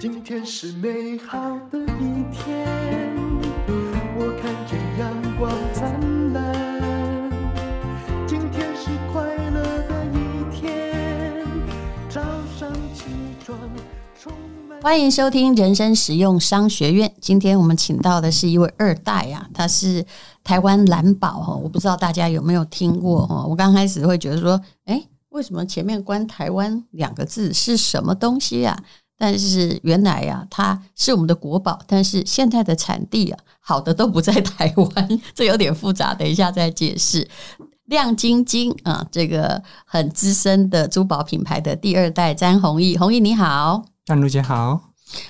今天是美好的一天，我看见阳光灿烂。今天是快乐的一天，早上起床充满。欢迎收听人生实用商学院。今天我们请到的是一位二代啊，他是台湾蓝宝哦，我不知道大家有没有听过哦。我刚开始会觉得说，哎，为什么前面关“台湾”两个字是什么东西啊？但是原来呀、啊，它是我们的国宝，但是现在的产地啊，好的都不在台湾， 这有点复杂，等一下再解释。亮晶晶啊，这个很资深的珠宝品牌的第二代詹弘毅，弘毅你好。淡如姐好，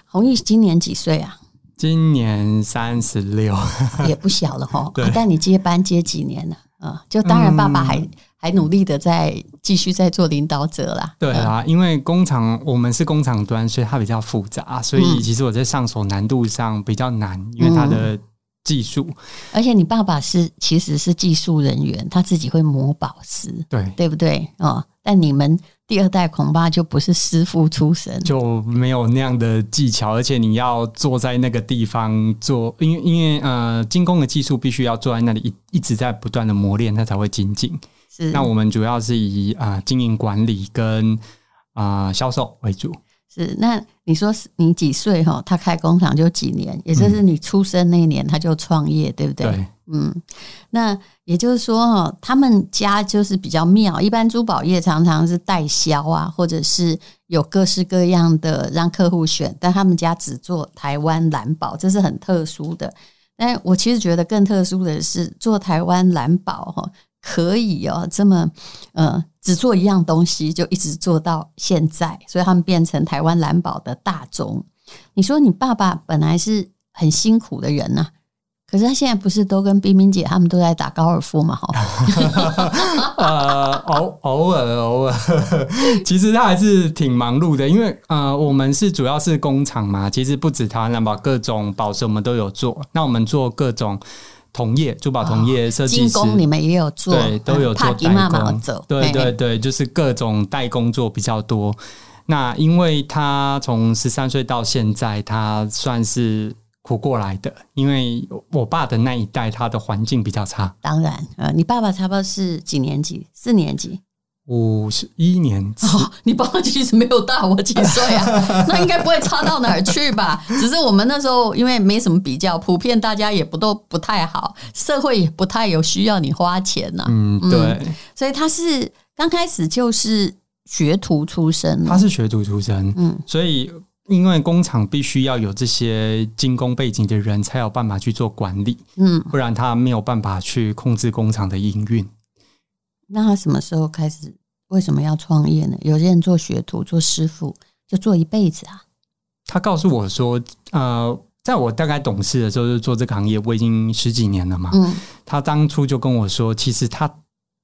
弘毅今年几岁 啊？今年三十六，也不小了哈。对嗯啊但你接班接几年了？啊，就当然，爸爸还、还努力的在继续在做领导者啦。对嗯啊，因为工厂我们是工厂端，所以它比较复杂，所以嗯其实我在上手难度上比较难，因为它的技术，而且你爸爸是其实是技术人员，他自己会磨宝石，对，对不对？啊，但你们第二代恐怕就不是师傅出身，就没有那样的技巧，而且你要坐在那个地方做，因为因为呃，精工的技术必须要坐在那里一一直在不断的磨练，它才会精进。是那我们主要是以啊、呃经营管理跟啊、呃销售为主。是那你说是你几岁哈？他开工厂就几年，也就是你出生那一年他就创业，对不对？嗯对，嗯，那也就是说哈，他们家就是比较妙。一般珠宝业常常是代销啊，或者是有各式各样的让客户选，但他们家只做台湾蓝宝，这是很特殊的。但我其实觉得更特殊的是做台湾蓝宝哈，可以哦这么呃只做一样东西就一直做到现在，所以他们变成台湾蓝宝的大宗。你说你爸爸本来是很辛苦的人呐、啊可是他现在不是都跟冰冰姐他们都在打高尔夫嘛？ 哈，呃，偶偶尔偶尔， 其实他还是挺忙碌的，因为呃，我们是主要是工厂嘛，其实不止台湾蓝宝，各种宝石我们都有做。那我们做各种同业珠宝同业设计精师，啊工你们也有做，呃对都有做帕吉代妈妈工，走，对嘿对嘿，对，就是各种代工做比较多。那因为他从十三岁到现在，他算是苦过来的，因为我爸的那一代，他的环境比较差。当然，呃，你爸爸差不多是几年级？四年 级五十一年级哦，你爸爸其实没有大我几岁 啊，那应该不会差到哪儿去吧？只是我们那时候因为没什么比较，普遍大家也不都不太好，社会也不太有需要你花钱呐、嗯，嗯对。所以他是刚开始就是学徒出身嘛，他是学徒出身，嗯所以因为工厂必须要有这些精工背景的人，才有办法去做管理，嗯，不然他没有办法去控制工厂的营运。那他什么时候开始？为什么要创业呢？有些人做学徒、做师傅，就做一辈子啊。他告诉我说，呃。在我大概懂事的时候，就做这个行业，我已经十几年了嘛。嗯，他当初就跟我说，其实他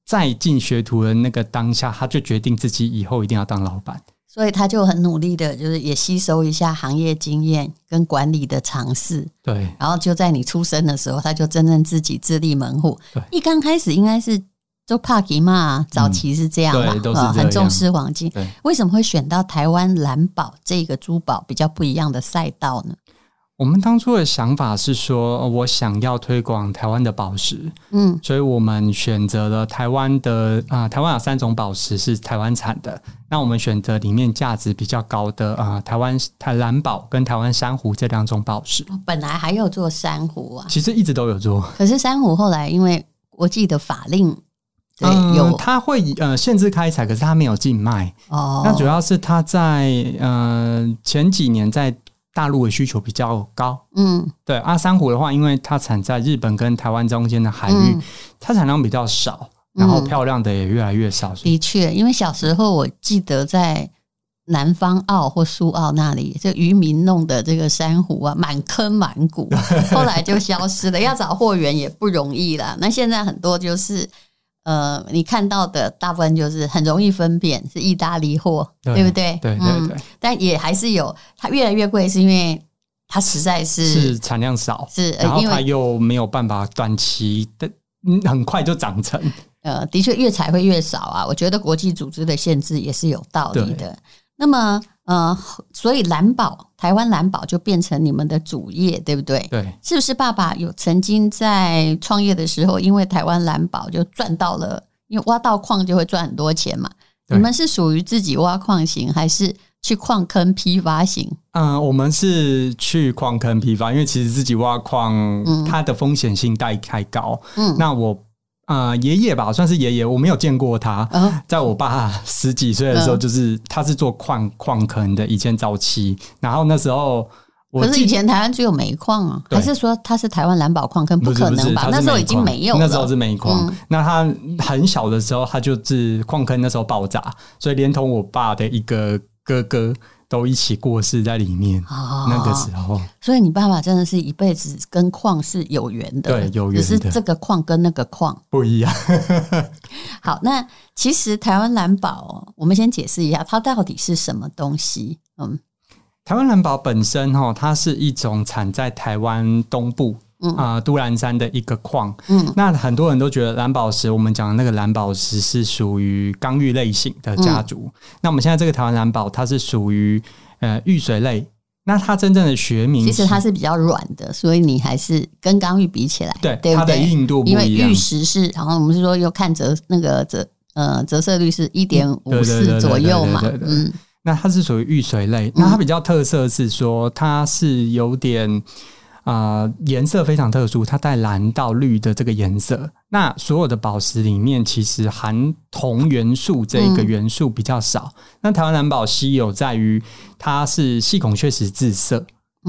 在进学徒的那个当下，他就决定自己以后一定要当老板。所以他就很努力的，就是也吸收一下行业经验跟管理的常识。对，然后就在你出生的时候，他就真正自己自立门户对。一刚开始应该是做帕吉嘛，早期是这样吧，嗯对都是呃这很重样视黄金对。为什么会选到台湾蓝宝这个珠宝比较不一样的赛道呢？我们当初的想法是说，呃我想要推广台湾的宝石，嗯所以我们选择了台湾的啊、台湾有三种宝石是台湾产的，那我们选择里面价值比较高的啊、台湾台蓝宝跟台湾珊瑚这两种宝石，本来还有做珊瑚啊，其实一直都有做。可是珊瑚后来因为国际的法令，对，嗯有它会以呃限制开采，可是它没有禁卖。哦，那主要是它在呃前几年在大陆的需求比较高，嗯对啊，珊瑚的话，因为它产在日本跟台湾中间的海域，嗯它产量比较少，然后漂亮的也越来越少。所以的确，因为小时候我记得在南方澳或苏澳那里，这渔民弄的这个珊瑚啊，满坑满 谷，后来就消失了。要找货源也不容易啦。那现在很多就是。呃，你看到的大部分就是很容易分辨是意大利货，对对不对？对对嗯对，但也还是有，它越来越贵，是因为它实在是产量少，是呃然后因为它又没有办法短期的，嗯很快就长成。呃，的确越采会越少啊。我觉得国际组织的限制也是有道理的。那么呃，所以蓝宝台湾蓝宝就变成你们的主业，对不对？ 对，是不是爸爸有曾经在创业的时候，因为台湾蓝宝就赚到了，因为挖到矿就会赚很多钱嘛？对你们是属于自己挖矿型，还是去矿坑批发型？嗯、我们是去矿坑批发，因为其实自己挖矿嗯，它的风险性太太高。嗯，那我呃爷爷吧，算是爷爷，我没有见过他。哦在我爸十几岁的时候，嗯就是他是做矿矿坑的，以前早期。然后那时候我可是记以前台湾只有煤矿啊，对还是说它是台湾蓝宝矿坑？不是可不能是吧？他是那时候煤已经矿没有了。那时候是煤矿。嗯那他很小的时候，他就是矿坑那时候爆炸，所以连同我爸的一个哥哥都一起过世在里面。哦那个时候，所以你爸爸真的是一辈子跟矿是有缘的，对有缘的只是这个矿跟那个矿。不一样。好，那其实台湾蓝宝哦，我们先解释一下，它到底是什么东西？嗯台湾蓝宝本身哈、它是一种产在台湾东部。嗯啊、都兰山的一个矿，嗯那很多人都觉得蓝宝石，我们讲的那个蓝宝石是属于刚玉类型的家族。那我们现在这个台湾蓝宝，它是属于呃玉髓类。那它真正的学名，其实它是比较软的，所以你还是跟刚玉比起来，对对不它的对？硬度不因为一样玉。石是，然后我们是说又看折那个折呃折射率是一点五对对对四嗯对左右嘛对对，对对嗯那它是属于玉髓类，那它比较特色是说它是有点。啊，颜、色非常特殊，它带蓝到绿的这个颜色。那所有的宝石里面，其实含铜元素这一个嗯元素比较少。那台湾蓝宝稀有在于它是细孔雀石自色，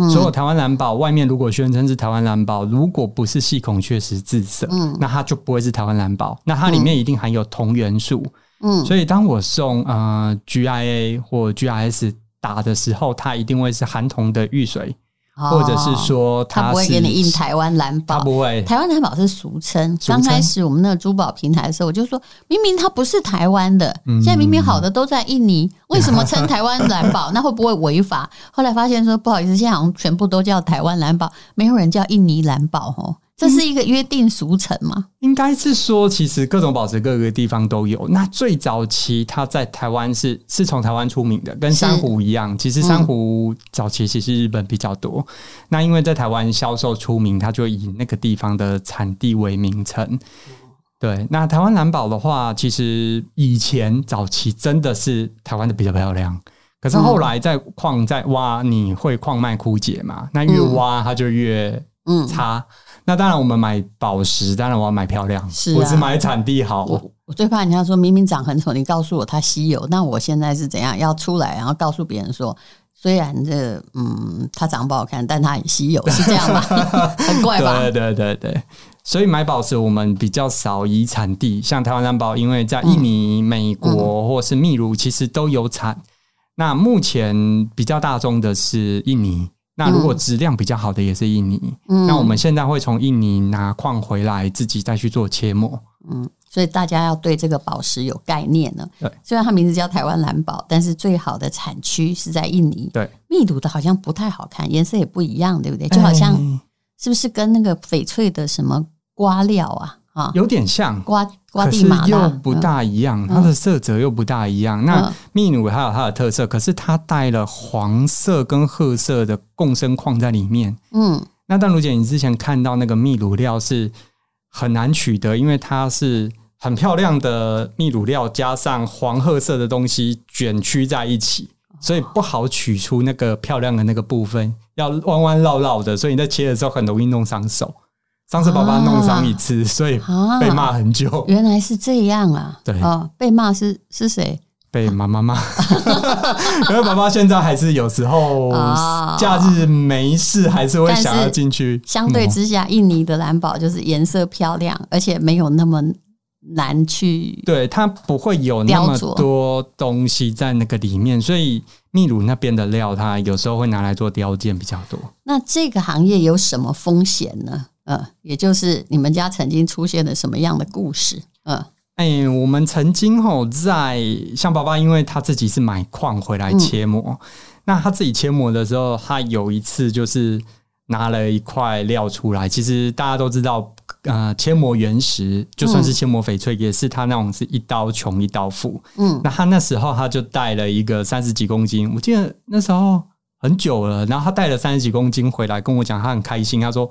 所有嗯台湾蓝宝外面如果宣称是台湾蓝宝，如果不是细孔雀石自色，嗯那它就不会是台湾蓝宝。那它里面一定含有铜元素，嗯，所以当我送呃 GIA 或 GIS 打的时候，它一定会是含铜的玉髓，或者是哦说它不会是给你印，台湾蓝它宝，不会。台湾蓝宝是俗称。俗刚称开始我们那个珠宝平台的时候，我就说明明它不是台湾的，嗯现在明明好的都在印尼，为什么称台湾蓝 宝？那会不会违法？后来发现说不好意思，现在好像全部都叫台湾蓝宝，没有人叫印尼蓝宝哦。这是一个约定俗成嘛？应该是说，其实各种宝石各个地方都有。那最早期它在台湾是是从台湾出名的，跟是珊瑚一样。其实珊瑚早期其实日本比较多，那因为在台湾销售出名，它就以那个地方的产地为名称。对，那台湾蓝宝的话，其实以前早期真的是台湾的比较漂亮，可是后来在矿在挖，你会矿脉枯竭嘛？那越挖它就越嗯，差。那当然，我们买宝石，当然我要买漂亮，是啊我只买产地好。我我最怕人家说明明长很丑，你告诉我它稀有，那我现在是怎样要出来，然后告诉别人说。虽然这嗯，它长得不好看，但它很稀有，是这样 吧？很怪吧？对对对对，所以买宝石我们比较少以产地，像台湾蓝宝，因为在嗯印尼、美国或是秘鲁，其实都有产。那目前比较大众的是印尼，那如果质量比较好的也是印尼。嗯那我们现在会从印尼拿矿回来，自己再去做切磨。嗯，所以大家要对这个宝石有概念呢对。虽然它名字叫台湾蓝宝，但是最好的产区是在印尼。对，秘鲁的好像不太好看，颜色也不一样，对不对？就好像哎是不是跟那个翡翠的什么瓜料啊啊，有点像，瓜瓜可地是马拉嗯又不大一样，它的色泽又不大一样。那秘鲁它有它的特色，可是它带了黄色跟褐色的共生矿在里面。嗯嗯那但如姐，你之前看到那个秘鲁料是很难取得，因为它是很漂亮的秘鲁料，加上黄褐色的东西卷曲在一起，哦所以不好取出那个漂亮的那个部分，要弯弯绕绕的，所以你在切的时候很容易弄伤手。上次爸爸弄伤一次，所以啊，被骂很久。原来是这样啊！对哦，被骂是是谁？被妈妈骂， 因为爸爸现在还是有时候啊假日没事，还是会想要进去磨。相对之嗯下，印尼的蓝宝就是颜色漂亮，而且没有那么难去对它不会有那么多东西在那个里面，所以秘鲁那边的料，它有时候会拿来做雕件比较多。那这个行业有什么风险呢？呃，也就是你们家曾经出现了什么样的故事？呃，哎、我们曾经吼在像爸爸，因为他自己是买矿回来切磨，嗯那他自己切磨的时候，他有一次就是拿了一块料出来。其实大家都知道，呃切磨原石，就算是切磨翡翠，也是他那种是一刀穷一刀富。嗯那他那时候他就带了一个三十几公斤，我记得那时候很久了，然后他带了三十几公斤回来跟我讲，他很开心，他说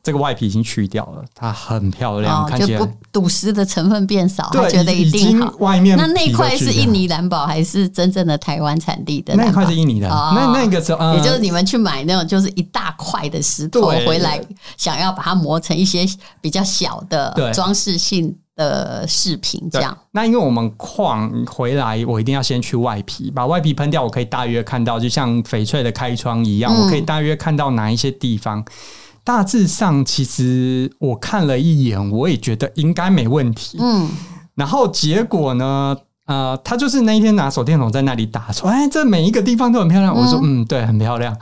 这个外皮已经去掉了，它很漂亮，哦，看就起来不赌石的成分变少，他对，觉得已一定好已。经外面那那皮都块去是掉印尼蓝宝还是真正的台湾产地的蓝宝？那一块是印尼的，哦那那个时候，呃也就是你们去买那种就是一大块的石头对回来，想要把它磨成一些比较小的对装饰性的饰品，这对样。那因为我们矿回来，我一定要先去外皮，把外皮喷掉，我可以大约看到，就像翡翠的开窗一样，嗯我可以大约看到哪一些地方。大致上，其实我看了一眼，我也觉得应该没问题。嗯，然后结果呢？呃，他就是那一天拿手电筒在那里打，说：“哎，这每一个地方都很漂亮。我说：“嗯，对，很漂亮。”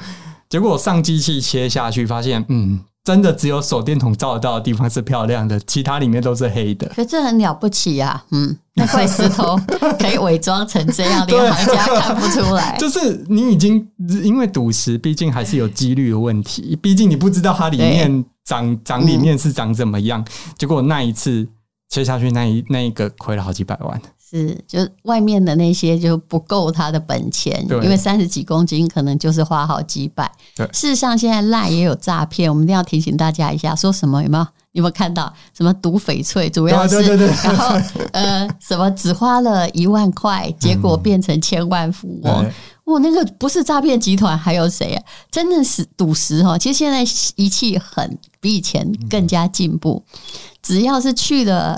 结果我上机器切下去，发现，嗯，真的只有手电筒照得到的地方是漂亮的，其他里面都是黑的。可这很了不起呀、嗯，那块石 头可以伪装成这样，连对行家看不出来。就是你已经因为赌石，毕竟还是有几率的问题，毕竟你不知道它里面长长里面是长怎么样。结果那一次切下去那一那一个亏了好几百万，是，就是外面的那些就不够他的本钱，对因为三十几公斤可能就是花好几百。对事实上现在赖也有诈骗，我们一定要提醒大家一下，说什么有没有？你有没有看到什么毒翡翠？主要是，对对对对然后呃，什么只花了一万块，结果变成千万富翁。嗯对哇，哦那个不是诈骗集团，还有谁啊？真的是赌石哈！其实现在仪器很比以前更加进步，只要是去了。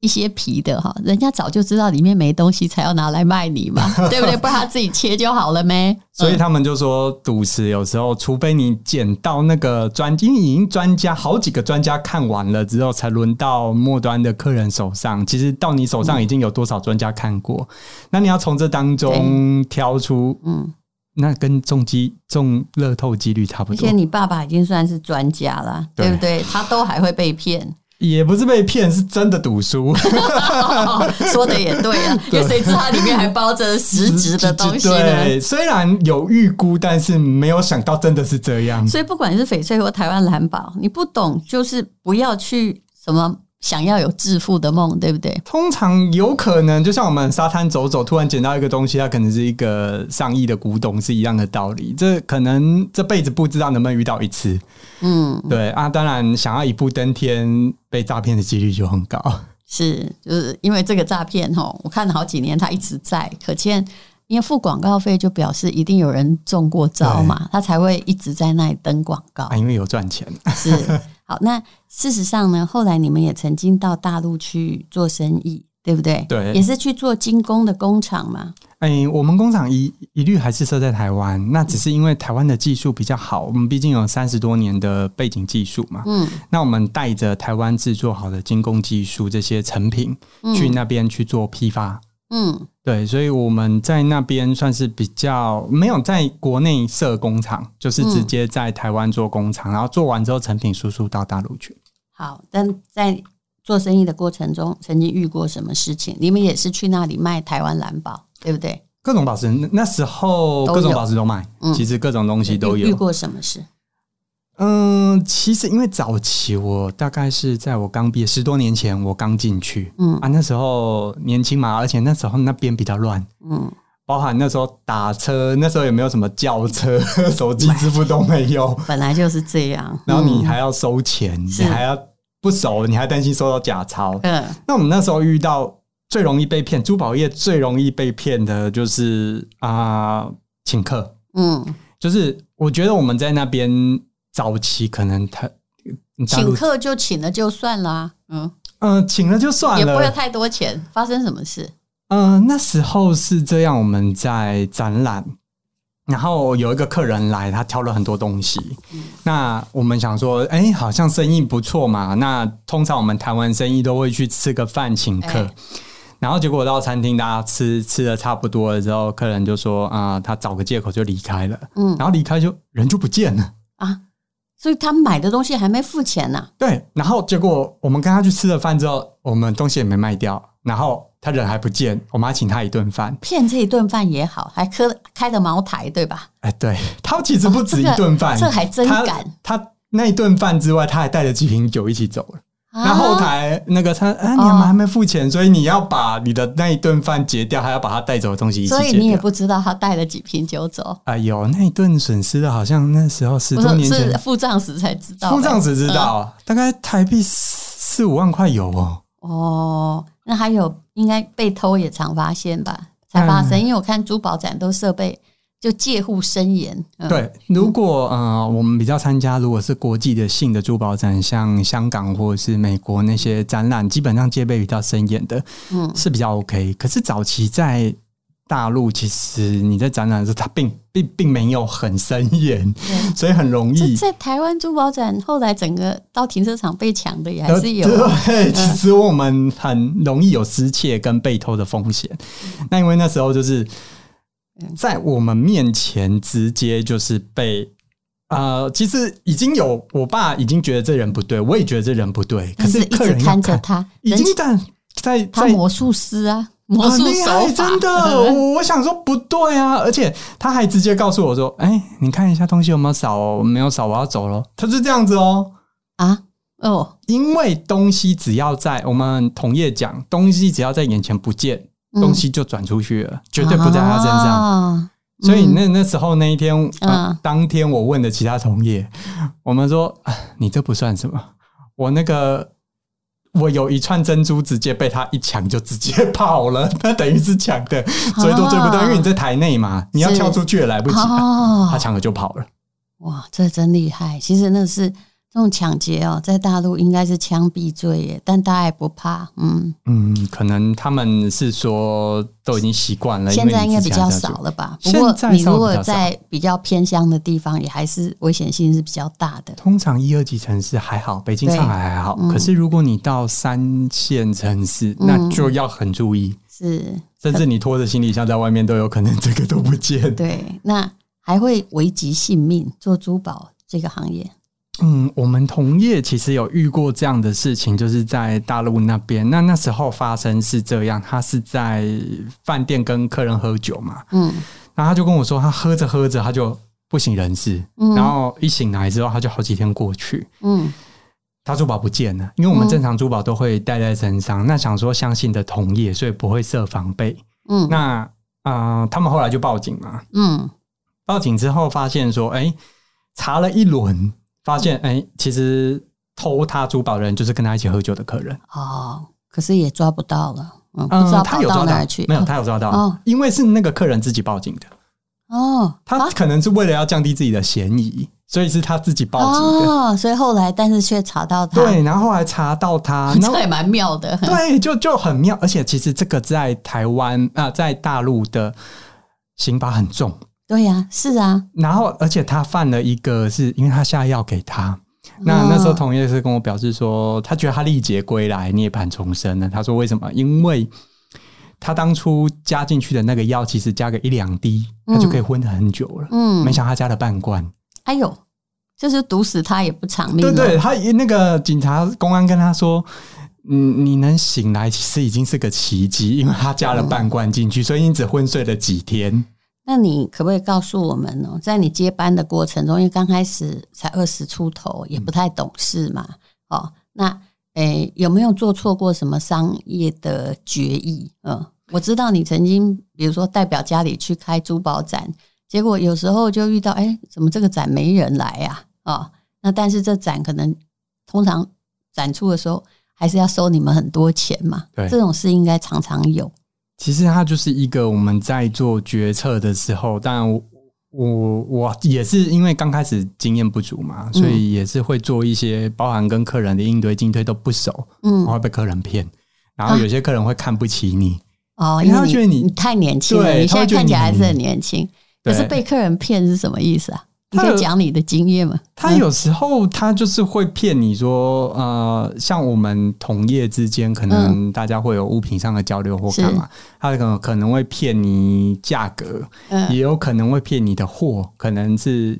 一些皮的哈，人家早就知道里面没东西，才要拿来卖你 嘛，对不对？不然他自己切就好了 嗯咩？所以他们就说赌石有时候，除非你捡到那个专，因为已经专家好几个专家看完了之后，才轮到末端的客人手上。其实到你手上已经有多少专家看过，那你要从这当中挑出，嗯，那跟中机中乐透几率差不而多且。你爸爸已经算是专家了，对对不对？他都还会被 骗，也不是被骗，是真的 赌输，哦说的也对啊，因为谁知道它里面还包着实质的东西呢？对，虽然有预估，但是没有想到真的是这样。所以不管是翡翠或台湾蓝宝，你不懂就是不要去什么想要有致富的梦，对不对？通常有可能，就像我们沙滩走走，突然捡到一个东西，它可能是一个上亿的古董，是一样的道理。这可能这辈子不知道能不能遇到一次。嗯，对啊，当然想要一步登天，被诈骗的几率就很高。啊是，就是因为这个诈骗哈，我看了好几年，它一直在，可见。因为付广告费就表示一定有人中过招嘛，他才会一直在那里登广 告啊，。因为有赚钱。是好，那事实上呢，后来你们也曾经到大陆去做生意，对不对？对也是去做精工的工厂嘛。哎，我们工厂一一律还是设在台湾，那只是因为台湾的技术比较好，我们毕竟有三十多年的背景技术嘛。嗯，那我们带着台湾制作好的精工技术这些成品去那边去做批发。嗯，对，所以我们在那边算是比较没有在国内设工厂，就是直嗯接在台湾做工厂，然后做完之后成品输出到大陆去。好，但在做生意的过程中，曾经遇过什么事情？你们也是去那里卖台湾蓝宝，对不对？各种宝石，那那时候都有各种宝石都卖，嗯其实各种东西都遇遇有。过什么事？嗯，其实因为早期我大概是在我刚毕业十多年前，我刚进去，嗯啊，那时候年轻嘛，而且那时候那边比较乱，嗯，包含那时候打车，那时候也没有什么轿车， 手机支付都没有。本来就是这样。 然后你还要收钱，嗯是你还要不熟，你还担心收到假钞。嗯嗯那我们那时候遇到最容易被骗，珠宝业最容易被骗的就是啊、请客。嗯，就是我觉得我们在那边早期可能他大请陆客就请了就算啦，嗯，嗯、请了就算也不会了，太多钱。发生什么事？嗯、那时候是这样，我们在展览。然后有一个客人来，他挑了很多东西。嗯那我们想说，哎，好像生意不错嘛。那通常我们谈完生意都会去吃个饭请客。哎然后结果到餐厅，大家吃吃的差不多了之后，客人就说啊、他找个借口就离开了。嗯然后离开就人就不见了。啊，所以他买的东西还没付钱呢、对，然后结果我们跟他去吃了饭之后，我们东西也没卖掉，然后他人还不见，我们还请他一顿饭。骗这一顿饭也好，还开开的茅台对吧？哎，对他其实不哦止这一个顿饭，这还真敢他。他那一顿饭之外，他还带了几瓶酒一起走了。啊那后台那个餐，啊，你们还没付钱，所以你要把你的那一顿饭结掉，还要把他带走的东西一起所以结你也掉。不知道他带了几瓶酒走，哎呦，那一顿损失了，好像那时候十不多是年是哦哎前，付账时才知道的。付账只知道啊大概台币四四五万块有哦。哦，那还有应该被偷也常发现吧？才发嗯生，因为我看珠宝展都设备就借户森严，嗯、对，如果呃，我们比较参加，如果是国际的性的珠宝展，像香港或者是美国那些展览，基本上戒备比较森严的，嗯是比较 OK。可是早期在大陆，其实你在展览的时候，它并并并没有很森严，对，所以很容这易。在台湾珠宝展后来整个到停车场被抢的也还呃是有啊，对，其实我们很容易有失窃跟被偷的风险。嗯那因为那时候就是在我们面前直接就是被呃，其实已经有我爸已经觉得这人不对，我也觉得这人不对， 可但是一客直人要看着看，他，已人家经但在他在魔术师啊，魔很术厉害手法嗯真 的，哦我我想说不对啊，而且他还直接告诉我说：“哎、你看一下东西有没有少哦，没有少，我要走了。”他是这样子哦。啊，哦，因为东西只要在我们同业讲，东西只要在眼前不见，嗯东西就转出去了，绝对不在他身上。啊所以那那时候那一天、呃嗯当天我问的其他同业，我们说啊你这不算什么，我那个。我有一串珍珠，直接被他一抢就直接跑了， 那等于是抢的，追都追不到，因为你在台内嘛，你要是跳出去也来不及，哦他抢了就跑了。哇，这真厉害！其实那是这种抢劫哦，在大陆应该是枪毙罪耶，但大家也不怕。嗯，嗯，可能他们是说都已经习惯了，因为现在应该你之比前较这样做少了吧？不现在过你稍微如比果较少在比较偏乡的地方，也还是危险性是比较大的。通常一二级城市还好，北京、对上海还好。嗯可是如果你到三线城市，嗯那就要很注意，是，甚至你拖着行李箱在外面都有可能这个都不见。对，那还会危及性命，做珠宝这个行业。嗯，我们同业其实有遇过这样的事情，就是在大陆那边。那那时候发生是这样，他是在饭店跟客人喝酒嘛，嗯然后他就跟我说，他喝着喝着他就不省人事，嗯然后一醒来之后他就好几天过去。嗯他珠宝不见了，因为我嗯们正常珠宝都会带在身上。那想说相信的同业，所以不会设防备。嗯那呃，他们后来就报警嘛。嗯报警之后发现说，哎、查了一轮，发现哎、其实偷他珠宝的人就是跟他一起喝酒的客人。哦，可是也抓不到了，嗯，不嗯知道，他跑有抓到到哪儿去。没有，他有抓到，哦因为是那个客人自己报警的。哦，他啊可能是为了要降低自己的嫌疑，所以是他自己报警的。哦，所以后来但是却查到他，对，然后还查到 他，然后这也蛮妙的。对，就就很妙，而且其实这个在台湾啊、在大陆的刑罚很重。对呀、是啊，然后，而且他犯了一个是，因为他下药给他。那嗯那时候同业是跟我表示说，他觉得他历劫归来，涅槃重生了。他说为什么？因为他当初加进去的那个药，其实加个一两滴，他就可以昏得很久了。嗯没，想到他加了半罐。哎呦，就是毒死他也不偿命、对哦，对，他一那个警察公安跟他说。嗯，你能醒来其实已经是个奇迹，因为他加了半罐进去，所以你只昏睡了几天。那你可不可以告诉我们哦，在你接班的过程中，因为刚开始才二十出头，也不太懂事嘛，哦，那诶有没有做错过什么商业的决议？嗯，我知道你曾经比如说代表家里去开珠宝展，结果有时候就遇到哎，怎么这个展没人来呀、啊？哦，那但是这展可能通常展出的时候还是要收你们很多钱嘛，对这种事应该常常有，其实它就是一个我们在做决策的时候，但我我我也是因为刚开始经验不足嘛，嗯所以也是会做一些包含跟客人的应对进退都不熟，嗯啊然，后被客人骗，然后有些客人会看不起你，哦，因因为哎他为会觉得你你太年轻了，对你他现在会觉得看起来还你是很年轻，可是对被客人骗是什么意思啊？你他可以有讲你的经验吗？他有时候他就是会骗你说，呃，像我们同业之间，可嗯能大家会有物品上的交流或干嘛，他可能可能会骗你价格，嗯，也有可能会骗你的货，可能是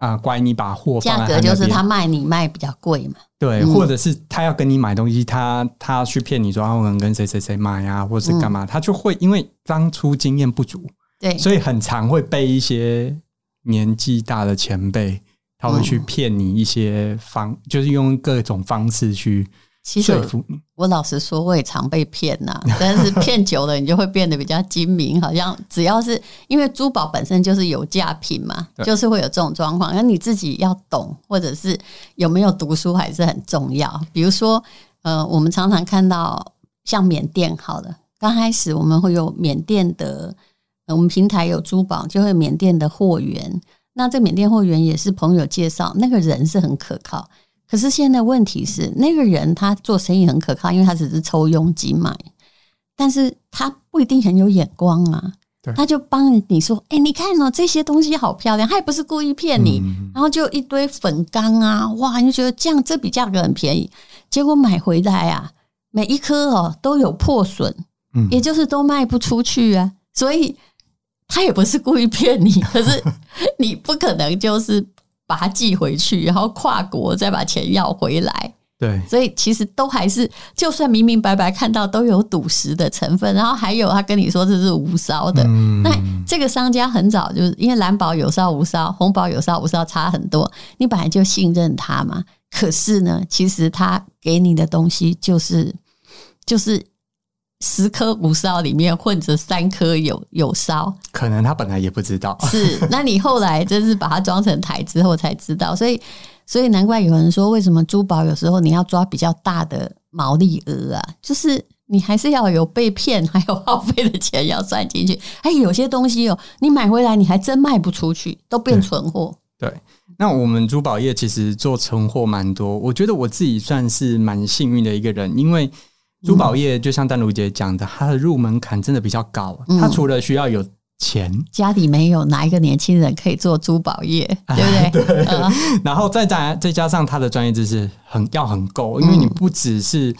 啊、乖，你把货放价格在他就那是边他卖你卖比较贵嘛，对，嗯或者是他要跟你买东西，他他去骗你说啊，我可能跟谁谁谁买啊，或嗯是干嘛，他就会因为当初经验不足，对，所以很常会被一些年纪大的前辈，他会去骗你一些方，就是用各种方式去其实说我服你？我老实说，我也常被骗呐、但是骗久了，你就会变得比较精明。好像只要是因为珠宝本身就是有价品嘛，对就是会有这种状况。那你自己要懂，或者是有没有读书还是很重要。比如说，呃，我们常常看到像缅甸好了，刚开始我们会有缅甸的，呃我们平台有珠宝，就会有缅甸的货源。那这缅甸货源也是朋友介绍，那个人是很可靠。可是现在问题是，那个人他做生意很可靠，因为他只是抽佣金买，但是他不一定很有眼光啊对。他就帮你说：“哎、你看哦，这些东西好漂亮。”他也不是故意骗你，嗯然后就一堆粉缸啊，哇，你就觉得这样这笔价格很便宜，结果买回来啊，每一颗哦都有破损，嗯也就是都卖不出去啊，所以他也不是故意骗你， 可是你不可能就是把它寄回去，然后跨国再把钱要回来，对，所以其实都还是，就算明明白白看到都有赌石的成分，然后还有他跟你说这是无烧的，嗯那这个商家很早就是因为蓝宝有烧无烧，红宝有烧无烧差很多，你本来就信任他嘛。可是呢，其实他给你的东西就是就是十颗无烧里面混着三颗有有烧，可能他本来也不知 道， 是，那你后来真是把它装成台之后才知道，所以所以难怪有人说，为什么珠宝有时候你要抓比较大的毛利额啊，就是你还是要有被骗还有耗费的钱要算进去。 哎，有些东西哦，你买回来你还真卖不出去，都变存货。对，那我们珠宝业其实做存货蛮多，我觉得我自己算是蛮幸运的一个人，因为珠宝业就像丹如姐讲的，它的入门槛真的比较高，嗯它除了需要有钱，家里没有哪一个年轻人可以做珠宝业，哎对啊不对？呃然后再加再加上他的专业知识很要很够，因为你嗯不只是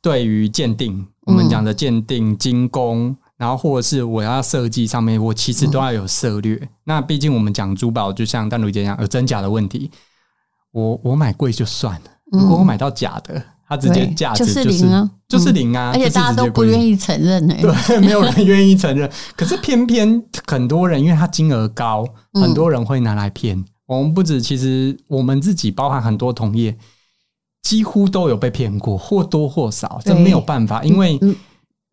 对于鉴定，我们讲的鉴定、精工，然后或者是我要设计上面，我其实嗯都要有策略。那毕竟我们讲珠宝，就像丹如姐讲，有真假的问题。我我买贵就算了，如果我买到假的，它直接嗯对价值就是是零啊就是零啊，而且大家都不愿意。意承认哎呢、 对，没有人愿意承认。可是偏偏很多人，因为它金额高，嗯很多人会拿来骗。我们不止，其实我们自己，包含很多同业，几乎都有被骗过，或多或少，这对没有办法，因为。嗯哦哎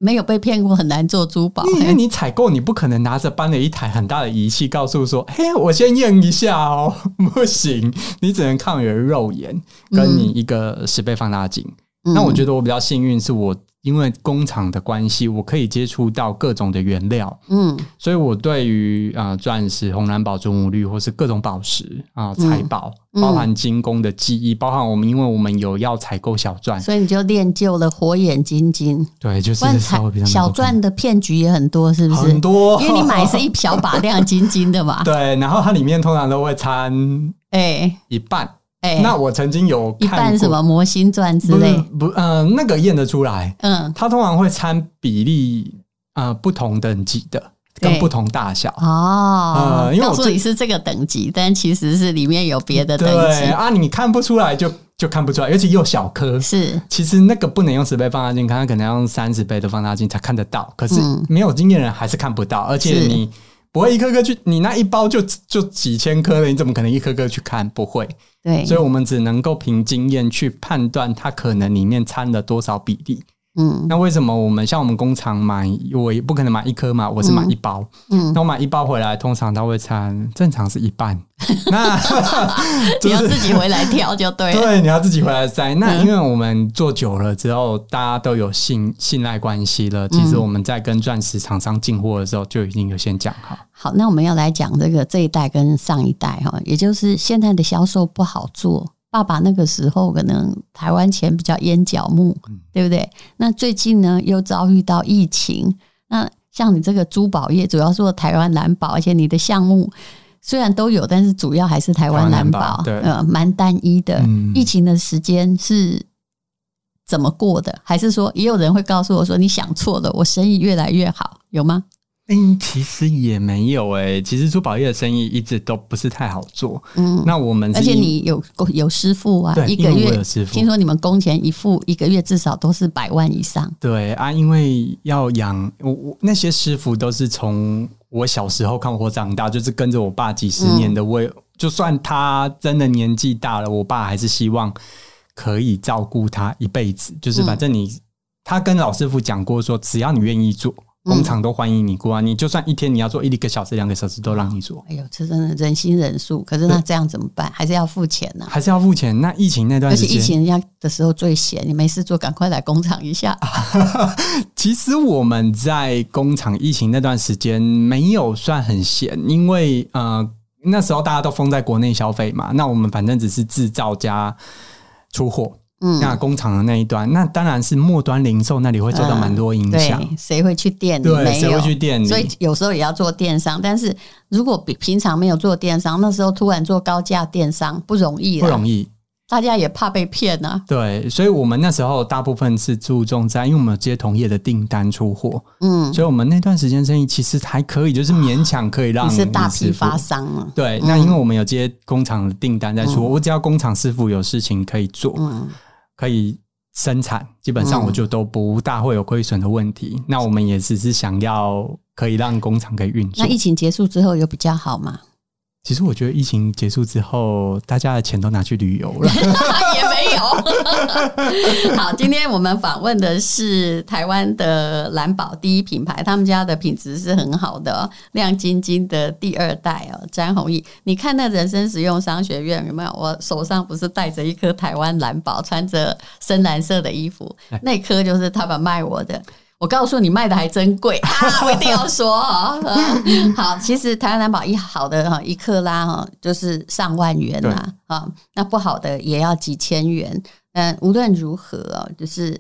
没有被骗过很难做珠宝。因为你采购，你不可能拿着搬了一台很大的仪器，告诉说：“嘿，我先验一下哦。” 不行，你只能靠你的肉眼嗯跟你一个十倍放大镜。那我觉得，得我比较幸运，是我因为工厂的关系，我可以接触到各种的原料，嗯所以我对于啊钻石、红蓝宝、祖母绿，或是各种宝石啊、嗯财宝，嗯包含精工的技艺，包含我们因为我们有要采购小钻，所以你就练就了火眼金睛。对，就是不然稍微比彩较小钻的骗局也很多，是不是？很多，因为你买是一小把 亮晶晶的嘛。 对，然后它里面通常都会掺哎一半。哎，那我曾经有一看半过什么魔星钻之类，不是不呃那个验得出来，嗯它通常会掺比例呃不同等级的跟对不同大小。哦，呃因为我告诉最你是这个等级，但其实是里面有别的等对级，啊，你看不出来就就看不出来，尤其又小颗，是其实那个不能用十倍放大镜看，它可能要用三十倍的放大镜才看得到。可是嗯没有经验人还是看不到，而且是你不会一颗颗去，你那一包就就几千颗了，你怎么可能一颗颗去看？不会，对，所以我们只能够凭经验去判断它可能里面掺了多少比例。嗯那为什么我们像我们工厂买，我也不可能买一颗嘛，我是买一包。嗯，那我买一包回来，通常它会掺，正常是一半。那就你要是自己回来挑就对嗯了，对，你要自己回来塞。那因为我们做久了之后，大家都有信信赖关系了。嗯其实我们在跟钻石厂商进货的时候，就已经有先讲好。好，那我们要来讲这个这一代跟上一代哈，也就是现在的销售不好做。爸爸那个时候可能台湾钱比较烟角木，嗯对不对？那最近呢又遭遇到疫情，那像你这个珠宝业主要做台湾蓝宝，而且你的项目虽然都有，但是主要还是台湾蓝台湾蓝宝宝，对呃，蛮单一的。嗯疫情的时间是怎么过的？还是说也有人会告诉我说你想错了，我生意越来越好，有吗？嗯，其实也没有诶、其实珠宝业的生意一直都不是太好做。嗯，那我们是而且因你有有师傅啊，对一个因为我月有师傅听说你们工钱一付一个月至少都是百万以上，对啊，因为要养我，我那些师傅都是从我小时候看我长大，就是跟着我嗯爸几十年的。我也就算他真的年纪大了，我爸还是希望可以照顾他一辈子，就是嗯反正你、他跟老师傅讲过说，只要你愿意做，嗯工厂都欢迎你过啊，你就算一天你要做一个小时、两个小时都让你做。哎呦，这真的人心人数，可是那这样怎么办？还是要付钱呐、还是要付钱。那疫情那段而时且间，疫情人家的时候最闲，你没事做，赶快来工厂一下。啊其实我们在工厂疫情那段时间没有算很闲，因为呃那时候大家都封在国内消费嘛，那我们反正只是制造加出货。嗯那工厂的那一端，那当然是末端零售那里会受到蛮多影响。对，谁会去店里？对，没谁有会。去店里？所以有时候也要做电商，但是如果比平常没有做电商，那时候突然做高价电商不容易不啦，容易。大家也怕被骗啊呐、对，所以我们那时候大部分是注重在，因为我们有接同业的订单出货，嗯，所以我们那段时间生意其实还可以，就是勉强可以让你是大师批傅发商啊，对，那因为我们有接工厂的订单在出，我只要工厂师傅有事情可以做，嗯，可以生产，基本上嗯我就都不大会有亏损的问题。那我们也只是想要可以让工厂可以运作那。疫情结束之后有比较好吗？其实我觉得疫情结束之后，大家的钱都拿去旅游了。 也没有。 好，今天我们访问的是台湾的蓝宝第一品牌，他们家的品质是很好的、哦，亮晶晶的第二代哦，詹弘毅。你看那人生实用商学院有没有？我手上不是带着一颗台湾蓝宝，穿着深蓝色的衣服，那颗就是他们卖我的。我告诉你，卖的还真贵啊！我一定要说哦。好，其实台湾蓝宝一好的哈，一克拉哈就是上万元啦、啊，那不好的也要几千元。嗯，无论如何哦，就是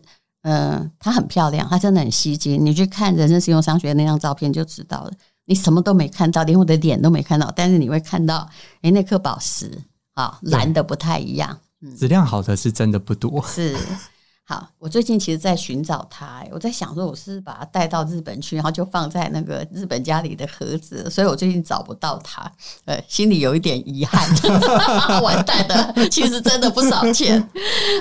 嗯、呃它很漂亮，它真的很吸睛。你去看人生实用商学院那张照片就知道了，你什么都没看到，连我的脸都没看到，但是你会看到，哎、那颗宝石啊，蓝的不太一样。质量好的是真的 不多。 是。好，我最近其实在寻找它、欸我在想说，我是不是把它带到日本去，然后就放在那个日本家里的盒子，所以我最近找不到它，呃，心里有一点遗憾， 完蛋了，其实真的不少 钱。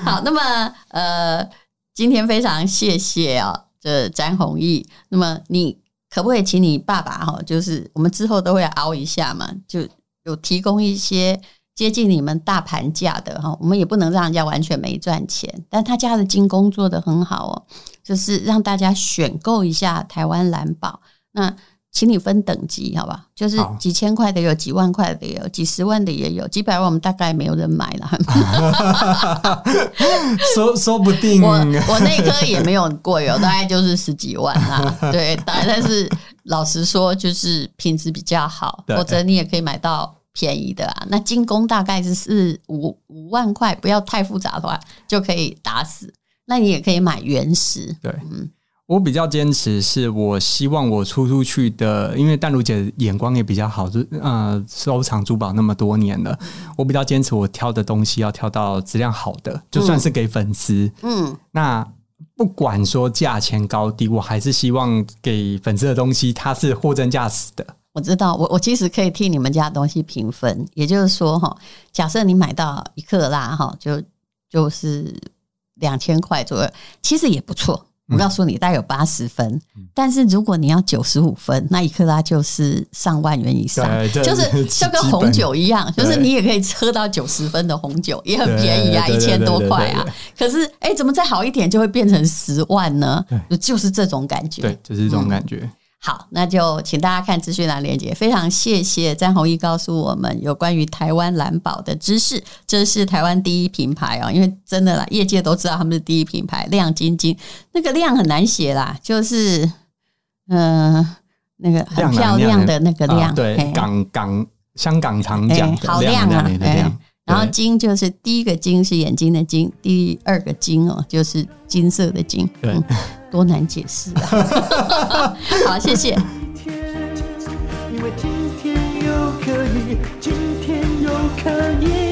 好，那么呃，今天非常谢谢啊、这詹弘毅。那么你可不可以请你爸爸哈、就是我们之后都会熬一下嘛，就有提供一些接近你们大盘价的哈、我们也不能让人家完全没赚钱，但他家的精工做得很好哦， 就是让大家选购一下台湾蓝宝。那请你分等级，好不好？就是好几千块的有，几万块的也有，几十万的也有，几百万我们大概没有人买了。说说不定我我那颗也没有很贵哦，大概就是十几万啦。对，但但是老实说，就是品质比较好，对或者你也可以买到便宜的啊。那精工大概是四五五万块，不要太复杂的话就可以打死。那你也可以买原石，对嗯，我比较坚持是我希望我出出去的，因为淡如姐眼光也比较好，就呃收藏珠宝那么多年了，我比较坚持我挑的东西要挑到质量好的，就算是给粉丝，嗯，那不管说价钱高低，我还是希望给粉丝的东西它是货真价实的。我知道，我我其实可以替你们家的东西评分，也就是说哈，假设你买到一克拉哈，就就是两千块左右，其实也不错。嗯我告诉你，大概有八十分，但是如果你要九十五分，那一克拉就是上万元以上，对这就是就跟红酒一样，对就是你也可以喝到九十分的红酒，也很对便宜啊，对一对千多块对对啊对对。可是哎、怎么再好一点就会变成十万呢对？就就是这种感觉。对，就是这种感觉。嗯好，那就请大家看资讯栏连接。非常谢谢詹弘毅告诉我们有关于台湾蓝宝的知识，这是台湾第一品牌哦，因为真的啦，业界都知道他们是第一品牌，亮晶晶，那个亮很难写啦，就是嗯、呃那个很亮啊漂亮的那个亮，啊嘿对，港港香港常讲哎的好亮啊亮，的哎亮。然后对金就是第一个金是眼睛的金，第二个金哦就是金色的金，嗯对，多难解释啊！ 好，谢谢。一天，因为今天又可以，今天又可以。